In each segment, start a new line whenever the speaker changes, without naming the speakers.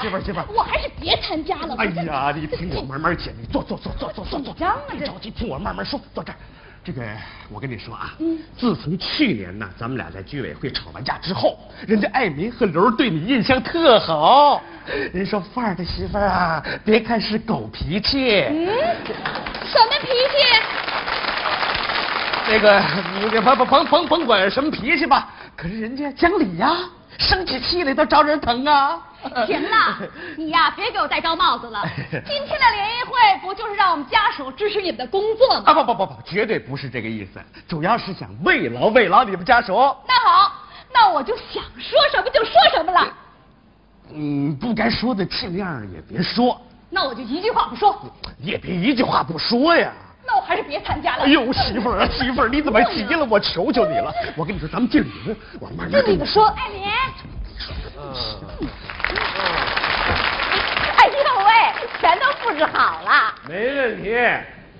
媳妇儿。
我还是别参加了吧。
哎呀，你听我慢慢讲，你坐坐坐坐坐坐坐，
紧张啊
别
这
着急，听我慢慢说。坐这儿，这个我跟你说啊，
嗯
自从去年呢，咱们俩在居委会吵完架之后，人家艾梅和刘儿对你印象特好。人说范儿的媳妇儿啊，别看是狗脾气，
嗯，什么脾 气？
那个你这甭甭甭甭甭管什么脾气吧，可是人家讲理呀、生起气来都招人疼啊。
行了，你呀，别给我戴高帽子
哎
了。今天的联谊会不就是让我们家属支持你们的工作吗？
啊不不不不，绝对不是这个意思，主要是想慰劳慰劳你们家属。
那好，那我就想说什么就说什么了。
嗯，不该说的尽量也别说，
那我就一句话不说。
也别一句话不说呀。
那我还是别参加了。
哎呦，媳妇儿啊，媳妇儿，你怎么急了？我求求你了！我跟你说，咱们进屋，我慢慢
就
跟
你
你
们说，艾琳。哎呦喂，全都布置好了。
没问题，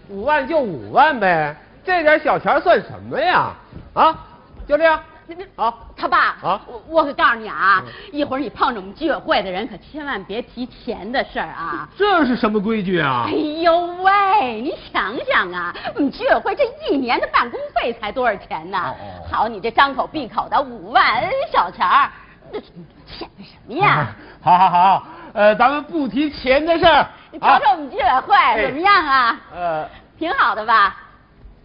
五万就五万呗，这点小钱算什么呀？啊，就这样
那那，
好，
他爸
啊嗯
我我可告诉你啊，一会儿你碰着我们居委会的人，可千万别提钱的事儿啊！
这是什么规矩啊
哎？呦喂，你想想啊，我们居委会这一年的办公费才多少钱呢？
哦哦
好，你这张口闭口的五万小钱儿，那显摆什么哎呀？
啊好好好，呃，咱们不提钱的事儿。
你瞅瞅我们居委
哎
会怎么样啊？
呃，
挺好的吧？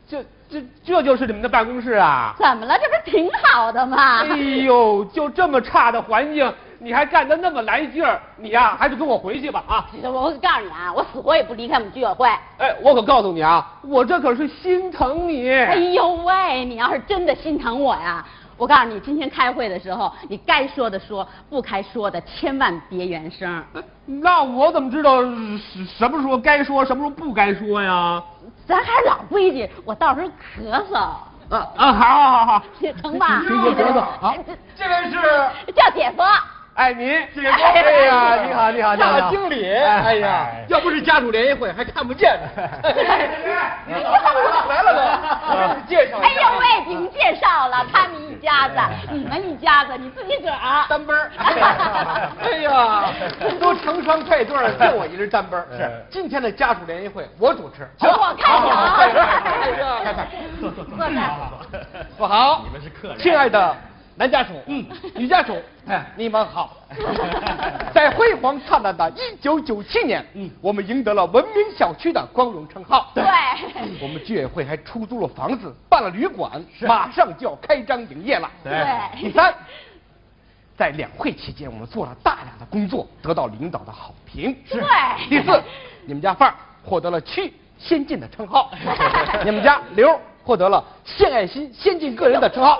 这这这就是你们的办公室啊？
怎么了？这不是挺好的吗？
哎呦，就这么差的环境，你还干得那么来劲儿，你呀、还是跟我回去吧啊！
我告诉你啊，我死活也不离开我们居委会。
哎，我可告诉你啊，我这可是心疼你。
哎呦喂，你要是真的心疼我呀，我告诉你，今天开会的时候，你该说的说，不该说的千万别原声。
那我怎么知道什什么时候该说，什么时候不该说呀？
咱还是老规矩，我到时候咳嗽，
啊啊，好好好好，
成吧？
行行行，好。这位是
叫姐夫。
艾民，这位
哎
哎呀，你好，你好，你好，
大经理
哎呀，要不是家属联谊会，还看不见呢。来了都，介绍一
哎
下，
呦喂，您介绍了他们一家子，你们一家子，你自己个儿。
单奔儿。哎呀，哎都成双配对了，就我一人单奔儿。是，今天的家属联谊会我主持，
行我开始啊
哎呀，开开，
坐坐坐
坐那儿
不好，
你们是客人
亲爱的男家属，嗯，女家 属，你们好。在辉煌灿烂的1997年，嗯，我们赢得了文明小区的光荣称号。
对，
我们居委会还出租了房子，办了旅馆，马上就要开张营业了。
对对
第三，在两会期间，我们做了大量的工作，得到领导的好评。
是
第四，你们家范儿获得了区先进的称号，你们家刘儿获得了献爱心先进个人的称号。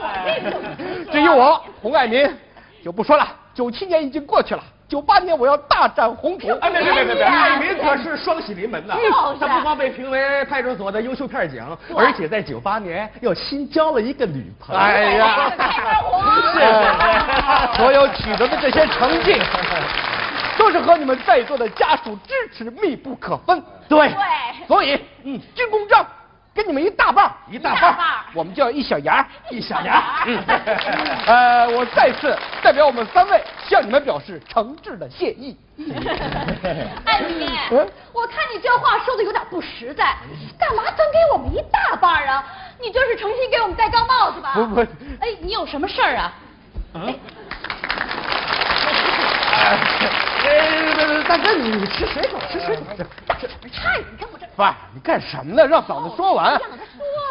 至于我洪爱民，就不说了，九七年已经过去了，九八年我要大展宏图。
哎，别别别别别！
哎呀
艾琳可是双喜临门呐
就是，
她不光被评为派出所的优秀片警，而且在九八年又新交了一个女朋友。
哎呀，是，所有取得的这些成绩，都是和你们在座的家属支持密不可分。对
对
所以，嗯，军功章给你们一大半儿，一
大半儿一大半儿
我们就要一小芽儿
一小牙，
嗯， 呃，我再次代表我们三位向你们表示诚挚的谢意。
艾
嗯
米，哎我看你这话说的有点不实在，干嘛分给我们一大半儿啊？你这是诚心给我们戴高帽子吧？
不不
哎，你有什么事儿啊？
哎，大哥，你吃水果，吃水果。
差你看我这，
爸，你干什么呢？让嫂子说完。
让他说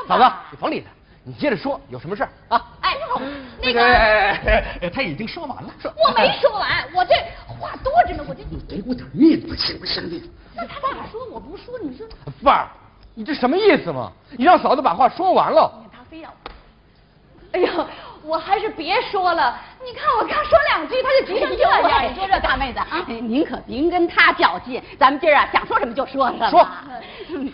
吧
嫂子，你甭理他，你接着说，有什么事儿啊？
哎， 那
哎
个
哎哎哎，她已经说完了。说
我没
哎
说完，我这话多着呢，我这
你给我点面子行不行？你
那他咋说我不说，你说
范儿，你这什么意思嘛？你让嫂子把话说完了。
他非要。 哎呦，我还是别说了。你看我刚说两句，他哎就急成这样，
你说这大妹子啊，您可别跟他较劲，咱们今儿啊想说什么就说什么。嗯
说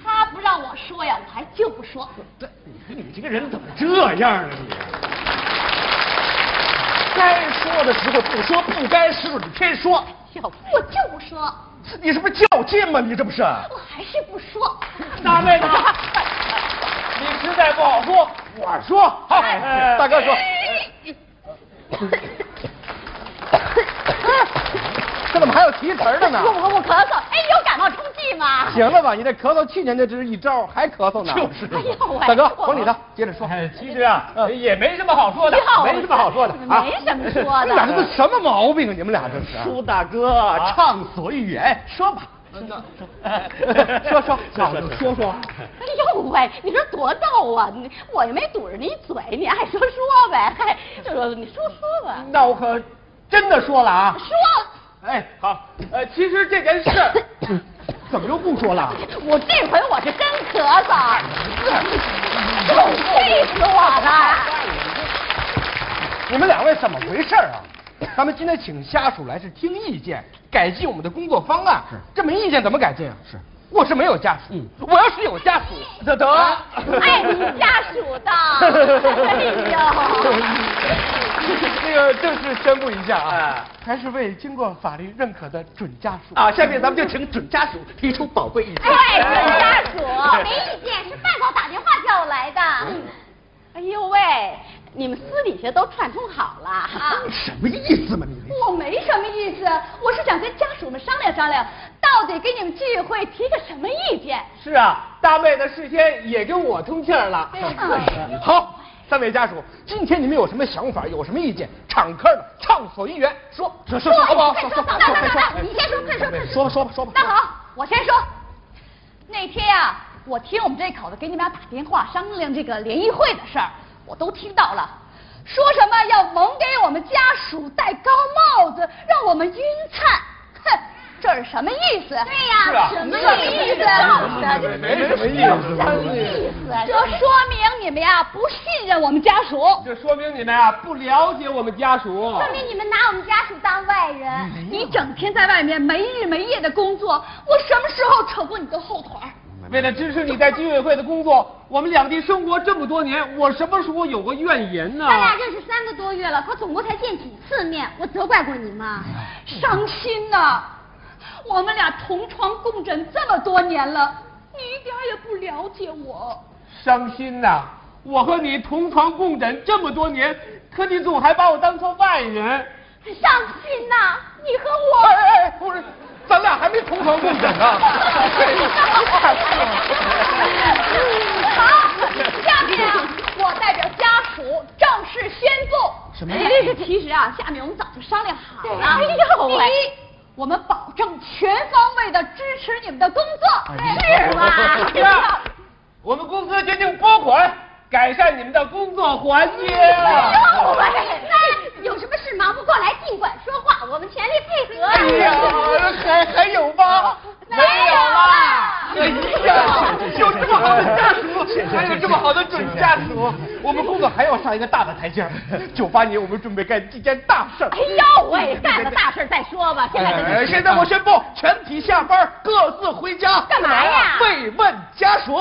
他不让我说呀，我还就不 说。
这你你这个人怎么这样啊你？该说的时候不说，不该时候你偏说，
要不
我就不说，
你这不是较劲吗？你这不是？
我还是不 说。
大 妹子， 你实在不好说，我说好。哎大哥
哎
说，这怎么还有提词儿的呢？
我我我咳嗽，哎，你有感冒冲剂吗？
行了吧，你这咳嗽去年就只是一招，还咳嗽呢。
就是
哎呦喂，
大哥，
我
捧你的，接着说。
哎，其实啊，呃也没什么好说的，没什么好说的啊。
没什么说
你们
的。
俩这都什么毛病啊？你们啊俩这是。
苏大哥，畅所欲言，说吧。
说说好说说
哎呦喂，你这多逗啊！你我又没堵着你嘴，你爱说说呗， 嗨，就说你说说吧，
那我可真的说了啊。
说。
哎，好，呃，其实这件事 儿，
怎么又不说了？
我这回我是真咳嗽， 气死我了！
你们两位怎么回事儿啊？咱们今天请家属来是听意见，改进我们的工作方案。是，这没意见怎么改进啊？是，我是没有家属。嗯，我要是有家属，
得得，
爱你家属的，哎呦。
那个正式宣布一下啊
哎，
还是为经过法律认可的准家属
啊，下面咱们就请准家属提出宝贵意见。
哎，准家
我没
属，
意见，是饭早打电话叫我来的。
哎呦喂，你们私底下都串通好了啊？
什么意思嘛你？
我没什么意思，我是想跟家属们商量商量，到底给你们居委会提个什么意见。
是啊，大妹呢事先也跟我通气儿了。好，三位家属，今天你们有什么想法，有什么意见，敞开的，畅所欲言，说说说，好不好？
快
说
说，
说
等
说
等等
快
等，
说
你先说，快说，快
说吧说吧说吧。
那好，我先说。那天啊，我听我们这口子给你们俩打电话商量这个联谊会的事儿，我都听到了，说什么要猛给我们家属戴高帽子，让我们晕菜。哼，这是什么意思？对呀、
啊
什么意思啊？这
没什么意思。
说明你们呀不信任我们家属，
这说明你们啊不了解我们家属。
说明你们拿我们家属当外人。
哦你整天在外面没日没夜的工作，我什么时候扯过你的后腿儿？
为了支持你在居委会的工作，我们两地生活这么多年，我什么时候有过怨言呢？
咱俩认识三个多月了，可总共才见几次面，我责怪过你吗？
伤心呐、我们俩同床共枕这么多年了，你一点儿也不了解我。
伤心呐、我和你同床共枕这么多年，可你总还把我当成外人。
伤心呐、你和
哎
我，
哎哎，不是，咱俩还没同床共枕 呢。
好，下面啊，我代表家属正式宣布，
什么？这个其实啊，下面我们早就商量好了。
哎呦喂
第一，我们保证全方位的支持你们的工作，是吗？
第二，我们公司决定拨款改善你们的工作环境。
哎呦喂，那有什么事忙不过来，尽管说话，我们全力配合。
哎呀，还还有吗？
没有啦。
哎呀，有这么好的家属，还有这么好的准家属，我们工作还要上一个大的台阶儿。九八年我们准备干一件大事儿。
哎 呦喂，干了大事儿再说吧，现在这
哎现在我宣布，全体下班，各自回家。
干嘛呀
慰问家属。